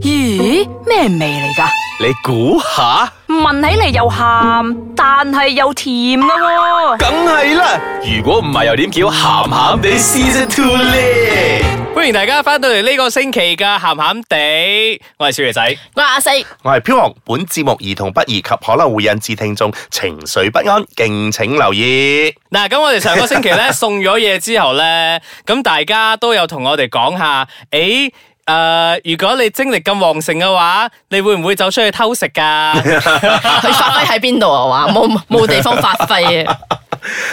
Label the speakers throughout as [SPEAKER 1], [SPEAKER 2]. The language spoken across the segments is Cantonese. [SPEAKER 1] 咦，咩味嚟噶？
[SPEAKER 2] 你估下，
[SPEAKER 1] 聞起嚟又鹹，但係又甜噶喎、
[SPEAKER 2] 梗係啦。如果唔係，又點叫鹹鹹地 Season Two 咧？
[SPEAKER 3] 欢迎大家翻到嚟呢个星期嘅咸咸地，我系少爷仔。
[SPEAKER 4] 我係阿四，
[SPEAKER 5] 我係飄紅，本節目兒童不宜及可能會引致聽眾情緒不安，敬請留意。
[SPEAKER 3] 嗱，咁我哋上個星期咧送咗嘢之後咧，咁大家都有同我哋講下，诶、誒，如果你精力咁旺盛嘅話，你會唔會走出去偷食啊噶？
[SPEAKER 4] 佢發揮喺邊度啊？話冇冇地方發揮啊！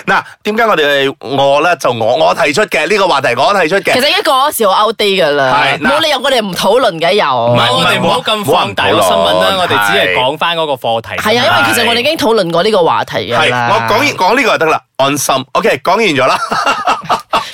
[SPEAKER 5] 嗱，點解我哋我咧就我我提出嘅呢個話題，我提出
[SPEAKER 4] 其
[SPEAKER 5] 嘅。
[SPEAKER 4] 實已經過咗時候 out day 噶啦，
[SPEAKER 5] 係嗱
[SPEAKER 4] 冇理由我哋唔討論嘅又。
[SPEAKER 3] 唔
[SPEAKER 5] 係
[SPEAKER 3] 係，我哋唔好咁放大個新聞
[SPEAKER 5] 冇人討
[SPEAKER 3] 啦
[SPEAKER 5] 論，
[SPEAKER 3] 我哋只係講翻嗰個課題。
[SPEAKER 4] 係啊，因為其實我哋已經討論過呢個話題㗎
[SPEAKER 5] 係
[SPEAKER 4] 啦。
[SPEAKER 5] 我講完講呢個就得啦，安心。OK，講完咗啦。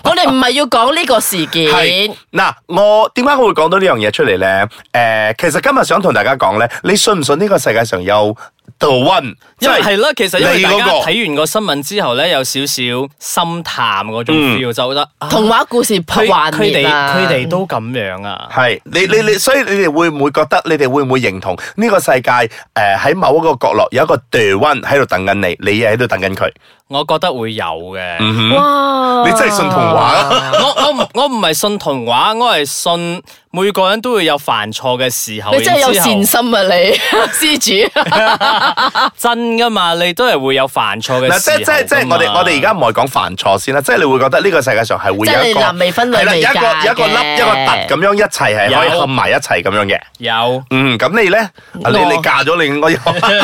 [SPEAKER 4] 我哋唔係要講呢個事
[SPEAKER 5] 係
[SPEAKER 4] 件，
[SPEAKER 5] 嗱，我點解我會講到呢樣嘢出嚟咧？诶，其實今日想同大家講咧，你信唔信呢個世界上有 the one？
[SPEAKER 3] 因為係咯，其實因為
[SPEAKER 5] 你
[SPEAKER 3] 大
[SPEAKER 5] 嗰
[SPEAKER 3] 家
[SPEAKER 5] 個
[SPEAKER 3] 睇完個新聞之後咧，有少少心淡嗰種 feel，就覺得啊
[SPEAKER 4] 童話故事
[SPEAKER 3] 佢
[SPEAKER 4] 幻
[SPEAKER 3] 佢
[SPEAKER 4] 滅
[SPEAKER 3] 哋
[SPEAKER 4] 啦。
[SPEAKER 3] 佢哋都咁樣啊。
[SPEAKER 5] 係你你你，所以你哋會唔會覺得你哋會唔會認同呢個世界诶喺、某一個角落有一個 the one 喺度等緊你，你又喺度等緊佢？
[SPEAKER 3] 我覺得會有嘅。
[SPEAKER 4] 哇！
[SPEAKER 5] 你真係信童話啊？
[SPEAKER 3] 我我唔我唔系信童話，我係信每個人都會有犯錯嘅時候。
[SPEAKER 4] 你 真係有
[SPEAKER 3] 然之後
[SPEAKER 4] 善心啊！你施主，
[SPEAKER 3] 真噶嘛？你都係會有犯錯嘅時候
[SPEAKER 5] 嗱，即即即
[SPEAKER 3] 㗎嘛
[SPEAKER 5] 我哋我哋而家唔係講犯錯先啦，即係你會覺得呢個世界上係會
[SPEAKER 4] 即係
[SPEAKER 5] 有
[SPEAKER 4] 你
[SPEAKER 5] 一個
[SPEAKER 4] 男未婚女
[SPEAKER 5] 係啦，有
[SPEAKER 4] 未
[SPEAKER 5] 一個
[SPEAKER 4] 嫁
[SPEAKER 5] 有一個
[SPEAKER 4] 嘅
[SPEAKER 5] 粒一個凸咁樣一齊係可以
[SPEAKER 3] 有
[SPEAKER 5] 冚埋一齊咁樣嘅。
[SPEAKER 3] 有
[SPEAKER 5] 嗯，咁你咧，啊你
[SPEAKER 4] 我
[SPEAKER 5] 你嫁咗你，我 又，誒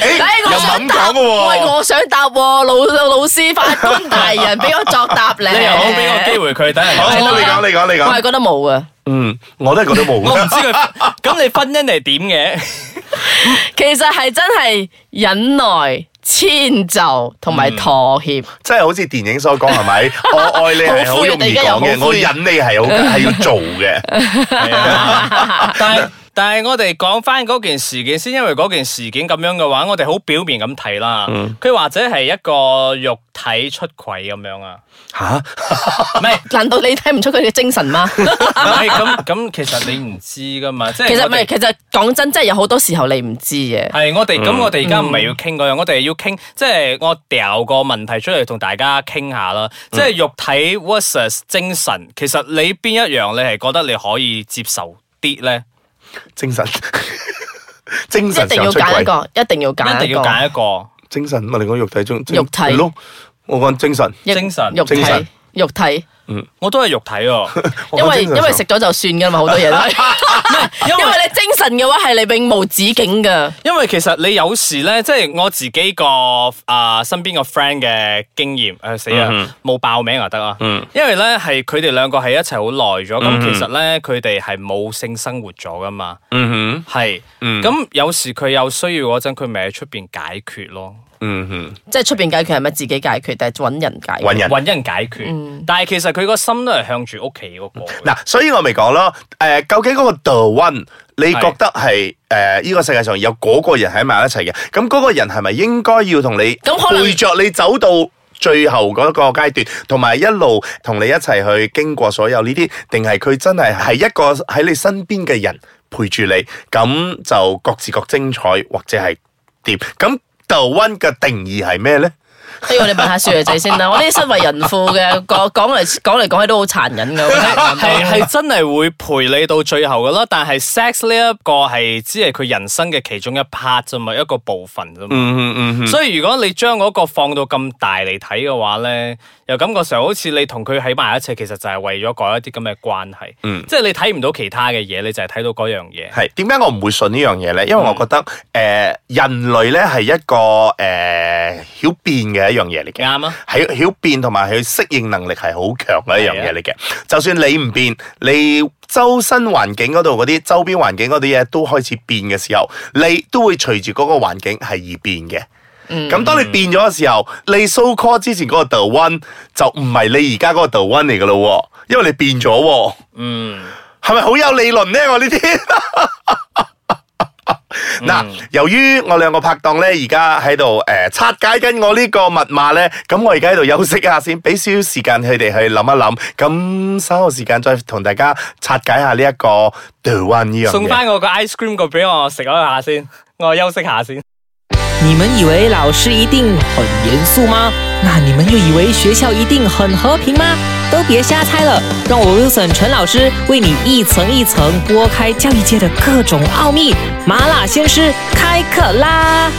[SPEAKER 4] 哎我
[SPEAKER 5] 又
[SPEAKER 4] 想
[SPEAKER 5] 咁講
[SPEAKER 4] 答
[SPEAKER 5] 嘅
[SPEAKER 4] 喂，
[SPEAKER 5] 喎。
[SPEAKER 4] 我想答喎，老老師法官大人俾我作答咧。
[SPEAKER 3] 你又好俾個機會佢，等人
[SPEAKER 5] 好，
[SPEAKER 3] 講
[SPEAKER 5] 好你講，你講，你
[SPEAKER 4] 我係
[SPEAKER 5] 講。
[SPEAKER 4] 覺得冇啊。
[SPEAKER 5] 嗯，我都係覺 得
[SPEAKER 3] 我唔
[SPEAKER 5] 冇。
[SPEAKER 3] 知佢咁你婚姻係點 嘅？
[SPEAKER 4] 其實係真係忍耐、遷就同埋妥協。
[SPEAKER 5] 即係好似電影所講係 咪？我愛你係好容易講嘅，我
[SPEAKER 4] 好灰啊突然間又好灰
[SPEAKER 5] 忍你係好係要做嘅。
[SPEAKER 3] 係 啊但係但係我哋講翻嗰件事件先，因為嗰件事件咁樣嘅話，我哋好表面咁睇啦。
[SPEAKER 5] 嗯
[SPEAKER 3] 佢、或者係一個肉體出軌咁樣啊？
[SPEAKER 5] 吓，
[SPEAKER 3] 唔係。
[SPEAKER 4] 難道你睇唔出佢嘅精 神嗎？
[SPEAKER 3] 唔係咁咁，其實你唔知噶嘛，即係
[SPEAKER 4] 其實
[SPEAKER 3] 我
[SPEAKER 4] 唔
[SPEAKER 3] 哋
[SPEAKER 4] 係，其實講真，真係有好多時候你唔知嘅。
[SPEAKER 3] 係我哋
[SPEAKER 4] 嗯
[SPEAKER 3] 咁，我哋而家唔係要傾嗰樣，我哋要傾，即係我掉個問題出嚟同大家傾下啦。即
[SPEAKER 4] 嗯
[SPEAKER 3] 係肉體 versus 精神，其實你邊一樣你係覺得你可以接受啲咧？
[SPEAKER 5] 精神，精
[SPEAKER 4] 一
[SPEAKER 5] 神
[SPEAKER 4] 定
[SPEAKER 5] 上
[SPEAKER 4] 要
[SPEAKER 5] 出
[SPEAKER 4] 揀
[SPEAKER 5] 軌。
[SPEAKER 4] 一個，一定要
[SPEAKER 3] 一
[SPEAKER 4] 揀一
[SPEAKER 3] 定要。
[SPEAKER 4] 個
[SPEAKER 3] 揀一個
[SPEAKER 5] 精神，我哋講肉體中，
[SPEAKER 4] 肉體
[SPEAKER 5] 係咯，我講精神，
[SPEAKER 4] 一
[SPEAKER 3] 精神
[SPEAKER 4] 肉體
[SPEAKER 5] 精神、
[SPEAKER 4] 肉體，
[SPEAKER 3] 我都係肉體喎。
[SPEAKER 5] 我
[SPEAKER 4] 因
[SPEAKER 5] 講
[SPEAKER 4] 為
[SPEAKER 5] 精神
[SPEAKER 4] 因為食咗就算噶嘛，好多嘢 都係。因為你精神嘅話係你永無止境噶。
[SPEAKER 3] 因為其實你有時咧，即係我自己個啊、身邊個 friend 嘅經驗，誒、死啊
[SPEAKER 5] 嗯，
[SPEAKER 3] 冇、爆名就得啊。因為咧係佢哋兩個係一齊好耐咗，咁、其實咧佢哋係冇性生活咗噶嘛。
[SPEAKER 5] 嗯哼，
[SPEAKER 3] 係，咁有時佢有需要嗰陣，佢咪喺出邊解決咯，
[SPEAKER 5] 嗯哼，
[SPEAKER 4] 即係出邊解決係咪自己解決，定係揾人解決？
[SPEAKER 5] 搵人。
[SPEAKER 3] 揾人解決。但係其實佢個心都係向住屋企嗰個。
[SPEAKER 5] 嗱，所以我咪講咯，诶、究竟嗰個 the one，你覺得係诶呢個世界上有嗰個人喺埋一齊嘅，咁嗰個人係咪應該要同你
[SPEAKER 4] 咁可能
[SPEAKER 5] 背着你走到最後嗰個階段，同埋一路同你一齊去經過所有呢啲，定係佢真係係一個喺你身邊嘅人陪住你，咁就各自各精彩，或者係點？咁 the one 嘅定義係咩咧？
[SPEAKER 4] 不如我哋問下少爺仔 先啦。我呢啲身為人父嘅，講講嚟講嚟講去都好殘忍噶。
[SPEAKER 3] 係係真係會陪你到最後噶啦，但係 sex 呢一個係只係佢人生嘅其中一 part 啫嘛，一個部分啫嘛。
[SPEAKER 5] 嗯嗯嗯，
[SPEAKER 3] 所以如果你將嗰個放到咁大嚟睇嘅話咧，又感覺上好似你同佢喺埋一齊，其實就係為咗嗰一啲咁嘅關係，
[SPEAKER 5] 嗯
[SPEAKER 3] 即係你睇唔到其他嘅嘢，你就係睇到嗰樣嘢。
[SPEAKER 5] 係點解我唔會信呢樣嘢咧？因為我覺得誒、呃人類咧係一個誒、呃、曉變嘅一樣嘢嚟嘅。
[SPEAKER 3] 啱啊！
[SPEAKER 5] 係曉變同埋佢適應能力係好強嘅一樣嘢嚟嘅，就算你唔變，你周身環境嗰度嗰啲周邊環境嗰啲嘢都開始變嘅時候，你都會隨住嗰個環境係而變嘅。咁、當你變咗嘅時候，你 so call 之前嗰個 the one 就唔係你而家嗰個 the one 嚟噶咯喎，因為你變咗喎。
[SPEAKER 3] 嗯，
[SPEAKER 5] 係咪好有理論咧？我呢啲嗱，
[SPEAKER 4] 嗯
[SPEAKER 5] 由於我兩個拍檔咧，而家喺度呃誒拆解緊我呢個密碼咧，咁我而家喺度休息一下先，俾少少時間佢哋去諗一諗。咁稍後時間再同大家拆解下呢一個 The One 呢樣嘢。
[SPEAKER 3] 送翻我個 ice cream 個俾我食咗一下先，我休息下先。
[SPEAKER 6] 你们以为老师一定很严肃吗？那你们又以为学校一定很和平吗？都别瞎猜了，让我 Wilson 陈老师为你一层一层剥开教育界的各种奥秘。麻辣鲜师开课啦！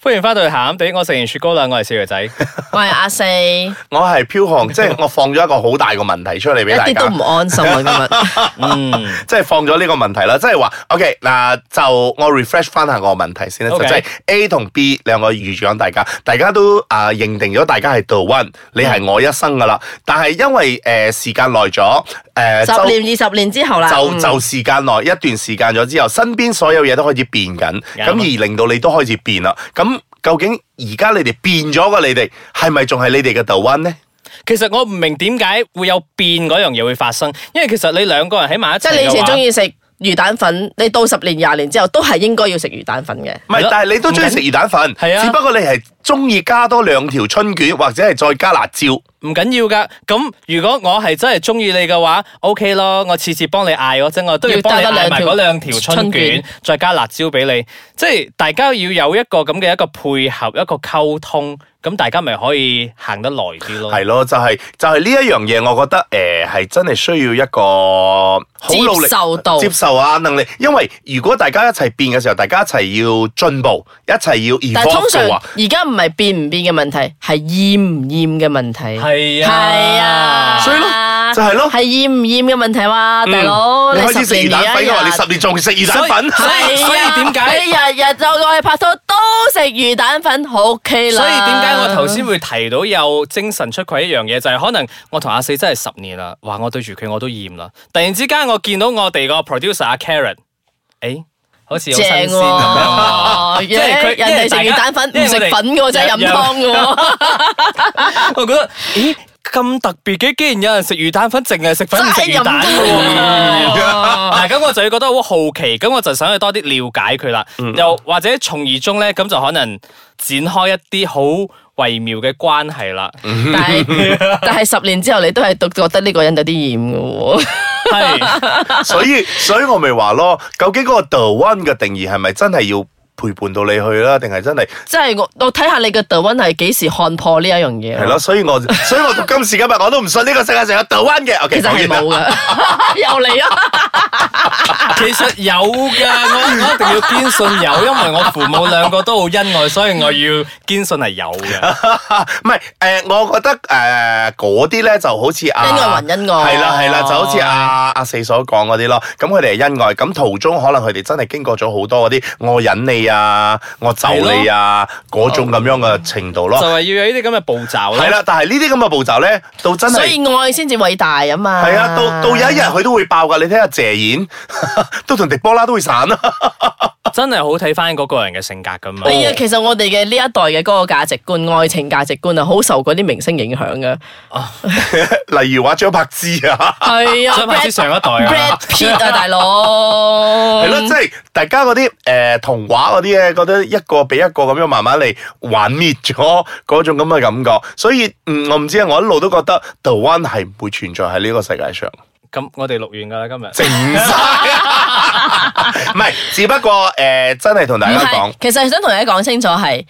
[SPEAKER 3] 歡迎翻到去鹹鹹地，我食完雪糕啦，我係小 肥仔。
[SPEAKER 4] 喂，阿四，一
[SPEAKER 5] 我係飄航，即係我放咗一個好大個問題出嚟俾大
[SPEAKER 4] 啲都
[SPEAKER 5] 家。
[SPEAKER 4] 唔安心 啊！
[SPEAKER 3] 嗯，
[SPEAKER 5] 即係放咗呢個問題啦，即係話，OK 嗱，就我 refresh 翻下我個問題先啦
[SPEAKER 3] OK
[SPEAKER 5] 就即係 A 同 B 兩個預講大家，大家都啊、認定咗大家係 the one，你係我一生噶啦，但係因為誒、呃、時間耐咗，誒、呃、
[SPEAKER 4] 今
[SPEAKER 5] 周
[SPEAKER 4] 日十年、二十年之後啦，
[SPEAKER 5] 就
[SPEAKER 4] 嗯
[SPEAKER 5] 就時間耐一段時間咗之後，身邊所有嘢都開始變緊，
[SPEAKER 3] 啱
[SPEAKER 5] 咁而令到你都開始變啦。咁究竟而家你哋變咗嘅你哋係咪仲係你哋嘅 the one 咧？
[SPEAKER 3] 其實我唔明點解會有變嗰樣嘢會發生，因為其實你兩個人喺埋一
[SPEAKER 4] 即
[SPEAKER 3] 齊
[SPEAKER 4] 係你以
[SPEAKER 3] 嘅
[SPEAKER 4] 前
[SPEAKER 3] 話
[SPEAKER 4] 中意食魚蛋粉，你到十年、廿年之後都係應該要食魚蛋粉嘅。
[SPEAKER 5] 唔係，但係你都中意食魚蛋粉，
[SPEAKER 3] 係啊
[SPEAKER 5] 只不過你係中意加多兩條春卷，或者係再加辣椒。
[SPEAKER 3] 唔緊要噶，咁如果我係真係中意你嘅話，OK 咯，我次次幫你嗌嗰陣，我都要
[SPEAKER 4] 要
[SPEAKER 3] 幫你
[SPEAKER 4] 加多
[SPEAKER 3] 嗌
[SPEAKER 4] 兩
[SPEAKER 3] 埋
[SPEAKER 4] 條
[SPEAKER 3] 嗰兩條春
[SPEAKER 4] 春
[SPEAKER 3] 卷
[SPEAKER 4] 卷，
[SPEAKER 3] 再加辣椒俾你，即係大家要有一個咁嘅一個配合，一個溝通，咁大家咪可以行得耐啲
[SPEAKER 4] 哦
[SPEAKER 3] 咯。
[SPEAKER 5] 係咯，就係、就係呢一樣嘢，我覺得誒係、真係需要一個好努力
[SPEAKER 4] 接受度
[SPEAKER 5] 接受啊能力。因為如果大家一齊變嘅時候，大家一齊要進步，一齊要
[SPEAKER 4] 但
[SPEAKER 5] evolve
[SPEAKER 4] 係通常
[SPEAKER 5] 嘅話
[SPEAKER 4] 而家唔係變唔變嘅問題，係厭唔厭嘅問題。
[SPEAKER 3] 係啊
[SPEAKER 4] 係啊，
[SPEAKER 5] 所以咯就係咯
[SPEAKER 4] 係厭唔厭嘅問題哇，大佬，
[SPEAKER 5] 你開始食
[SPEAKER 4] 十
[SPEAKER 5] 魚
[SPEAKER 4] 年
[SPEAKER 5] 蛋
[SPEAKER 4] 而
[SPEAKER 5] 粉嘅話，
[SPEAKER 4] 家
[SPEAKER 5] 你十年仲食魚蛋粉，
[SPEAKER 3] 所以所以點解
[SPEAKER 4] 你日日就我去拍拖都食魚蛋粉，OK 啦。
[SPEAKER 3] 所以點解我頭先會提到有精神出軌一樣嘢，就係、可能我同阿四真係十年啦，話我對住佢我都厭啦。突然之間我見到我哋個 producer 阿 Karen，誒、好似好
[SPEAKER 4] 正
[SPEAKER 3] 新鮮咁樣喎。
[SPEAKER 4] 喎？
[SPEAKER 3] 即係佢
[SPEAKER 4] 人哋食
[SPEAKER 3] 因為
[SPEAKER 4] 魚蛋粉
[SPEAKER 3] 大家
[SPEAKER 4] 唔食粉
[SPEAKER 3] 因為我哋
[SPEAKER 4] 嘅，真係飲湯 嘅喎。
[SPEAKER 3] 我覺得，咦咁特別嘅，竟然有人食魚蛋粉，淨係食粉唔食魚蛋嘅
[SPEAKER 4] 真係飲
[SPEAKER 3] 喎。
[SPEAKER 4] 湯
[SPEAKER 3] 嗱，咁我就會覺得好好奇，咁我就想去多啲了解佢啦。又或者從而中咧，咁就可能展開一啲好微妙嘅關係啦。
[SPEAKER 4] 但係但係十年之後，你都係都覺得呢個人有啲厭嘅喎。
[SPEAKER 3] 係
[SPEAKER 5] 所以所以我咪話咯，究竟嗰個 the one 嘅定義係咪真係要陪伴到你去啦，定係真係
[SPEAKER 4] 即係我我睇下你嘅 the one 係幾時看破呢一樣嘢。
[SPEAKER 5] 係咯？，所以我 所以我到今時今日我都唔信呢個世界上有 the one 嘅。OK，
[SPEAKER 4] 其實係
[SPEAKER 5] 講完啦
[SPEAKER 4] 冇 嘅，又嚟啦。
[SPEAKER 3] 其實有㗎，我我一定要堅信有，因為我父母兩個都好恩愛，所以我要堅信係有嘅。
[SPEAKER 5] 唔係誒，我覺得誒嗰啲咧就好似啊，
[SPEAKER 4] 恩愛還恩愛
[SPEAKER 5] 係啦係啦，就好似阿阿四所講嗰啲咯。咁佢哋係恩愛，咁途中可能佢哋真係經過咗好多嗰啲我忍你啊，我就你啊嗰種咁樣嘅程度
[SPEAKER 3] 就
[SPEAKER 5] 咯。
[SPEAKER 3] 係要有呢啲咁嘅步驟啦。
[SPEAKER 5] 係啦，但係呢啲咁嘅步驟咧，到真
[SPEAKER 4] 所
[SPEAKER 5] 係
[SPEAKER 4] 以愛先至偉大啊嘛。
[SPEAKER 5] 係啊，到到有一日佢都會爆㗎。你睇下謝賢 都同迪波拉都會散啊啦。
[SPEAKER 3] 真係好睇翻嗰個人嘅性格噶嘛。
[SPEAKER 4] 係啊，其實我哋嘅呢一代嘅嗰個價值觀、愛情價值觀啊，好受嗰啲明星影響嘅。
[SPEAKER 5] 例如話張柏芝啊。
[SPEAKER 4] 係啊
[SPEAKER 3] 張柏芝上一代啊
[SPEAKER 4] Brad Pitt 啊，大佬。
[SPEAKER 5] 係
[SPEAKER 4] 嗯
[SPEAKER 5] 咯，即係大家嗰啲誒童話嗰啲咧，覺得一個比一個咁樣慢慢嚟幻滅咗嗰種咁嘅感覺，所以嗯，我唔知啊，我一路都覺得 The One 係唔會存在喺呢個世界上，
[SPEAKER 3] 咁我哋錄完噶啦今日。
[SPEAKER 5] 靜晒，唔係，只不過誒、呃真係同大
[SPEAKER 4] 唔
[SPEAKER 5] 家
[SPEAKER 4] 係
[SPEAKER 5] 講，，
[SPEAKER 4] 其實想同大家講清楚係，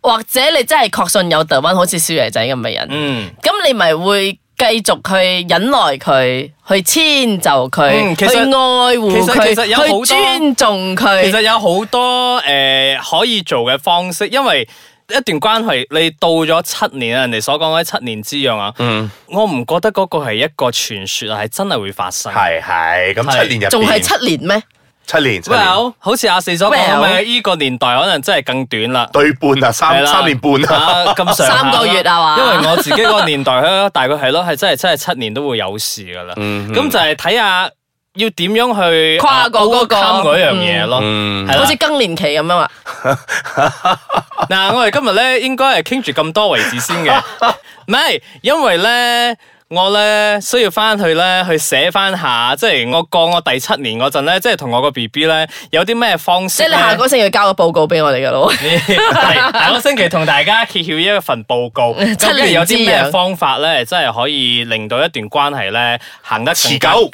[SPEAKER 4] 或者你真係確信有 the one 好似少爺仔咁嘅人，
[SPEAKER 3] 嗯，
[SPEAKER 4] 咁你咪會繼續去忍耐佢，去遷就佢，
[SPEAKER 3] 嗯其
[SPEAKER 4] 去
[SPEAKER 3] 實
[SPEAKER 4] 愛護
[SPEAKER 3] 其實其實有好多
[SPEAKER 4] 佢，去尊重
[SPEAKER 3] 其
[SPEAKER 4] 佢。
[SPEAKER 3] 實有好多诶、呃可以做嘅方式，因為一段關係你到咗七年啊，人哋所講嗰啲七年之癢啊，嗯，我唔覺得嗰個係一個傳說啊，係真係會發生。
[SPEAKER 5] 係係咁
[SPEAKER 3] 係
[SPEAKER 5] 七年入
[SPEAKER 4] 仲係
[SPEAKER 5] 邊，
[SPEAKER 4] 七年咩？
[SPEAKER 5] 七年，七年
[SPEAKER 3] Well，好似阿四所講
[SPEAKER 4] Well
[SPEAKER 3] 咁嘅，依個年代可能真係更短啦。
[SPEAKER 5] 對半啊，
[SPEAKER 3] 係
[SPEAKER 5] 三
[SPEAKER 3] 啦
[SPEAKER 5] 三年半啊，
[SPEAKER 3] 啊， 咁上下啦
[SPEAKER 4] 三個月啊嘛
[SPEAKER 3] 因為我自己嗰個年代咧，大概係咯，係真係真係七年都會有事噶啦。咁就係睇下要點樣去
[SPEAKER 4] 嗯跨過嗰個嗯
[SPEAKER 3] 啊 overcome 嗰樣嘢咯。
[SPEAKER 5] 嗯
[SPEAKER 3] 係
[SPEAKER 4] 好
[SPEAKER 3] 啦
[SPEAKER 4] 似，更年期咁樣啊！
[SPEAKER 3] 嗱，我哋今日咧應該係傾住咁多為止先嘅，唔係因為咧。我咧需要翻去咧去寫翻下，即係我過我第七年嗰陣咧，即係同我個 B B 咧有啲咩方式
[SPEAKER 4] 即係
[SPEAKER 3] 呢。
[SPEAKER 4] 你下個星期要交個報告俾我哋噶咯。
[SPEAKER 3] 係下個星期同大家揭曉一份報 告，究竟有
[SPEAKER 4] 啊
[SPEAKER 3] 啲咩方法咧，真係可以令到一段關係咧行得更加
[SPEAKER 5] 持久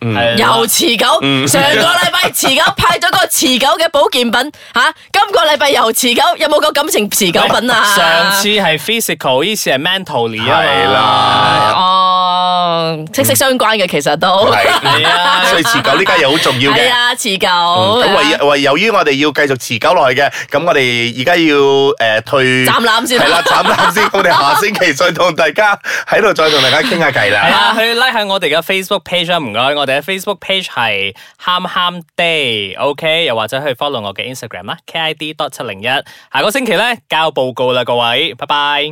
[SPEAKER 5] 嗯
[SPEAKER 3] 久，係啦
[SPEAKER 4] 又持久，上個禮拜持久派咗個持久嘅保健品吓、今個禮拜又持久，有冇個感情持久品啊？
[SPEAKER 3] 上次係 physical，呢次係 mentally 啊嘛
[SPEAKER 5] 係啦，
[SPEAKER 4] 哦，息息相關嘅其實都
[SPEAKER 5] 係
[SPEAKER 3] 係啊
[SPEAKER 5] 所以持久呢家嘢好重要
[SPEAKER 4] 係
[SPEAKER 5] 嘅。嗯
[SPEAKER 4] 啊，持久。
[SPEAKER 5] 咁唯唯由於我哋要繼續持久落去嘅，咁我哋而家要诶退
[SPEAKER 4] 斬攬先
[SPEAKER 5] 係啦，斬攬先。我哋下星期再同大家喺度再同大家傾下偈
[SPEAKER 3] 系
[SPEAKER 5] 啦。
[SPEAKER 3] 啊，去拉下我哋嘅 Facebook page 啊，唔該，我哋嘅 Facebook page 係喊喊 day，OK，、又或者去啊 follow 我嘅 Instagram 啦，KID dot 七零一。下個星期咧交報告啦，各位，拜拜。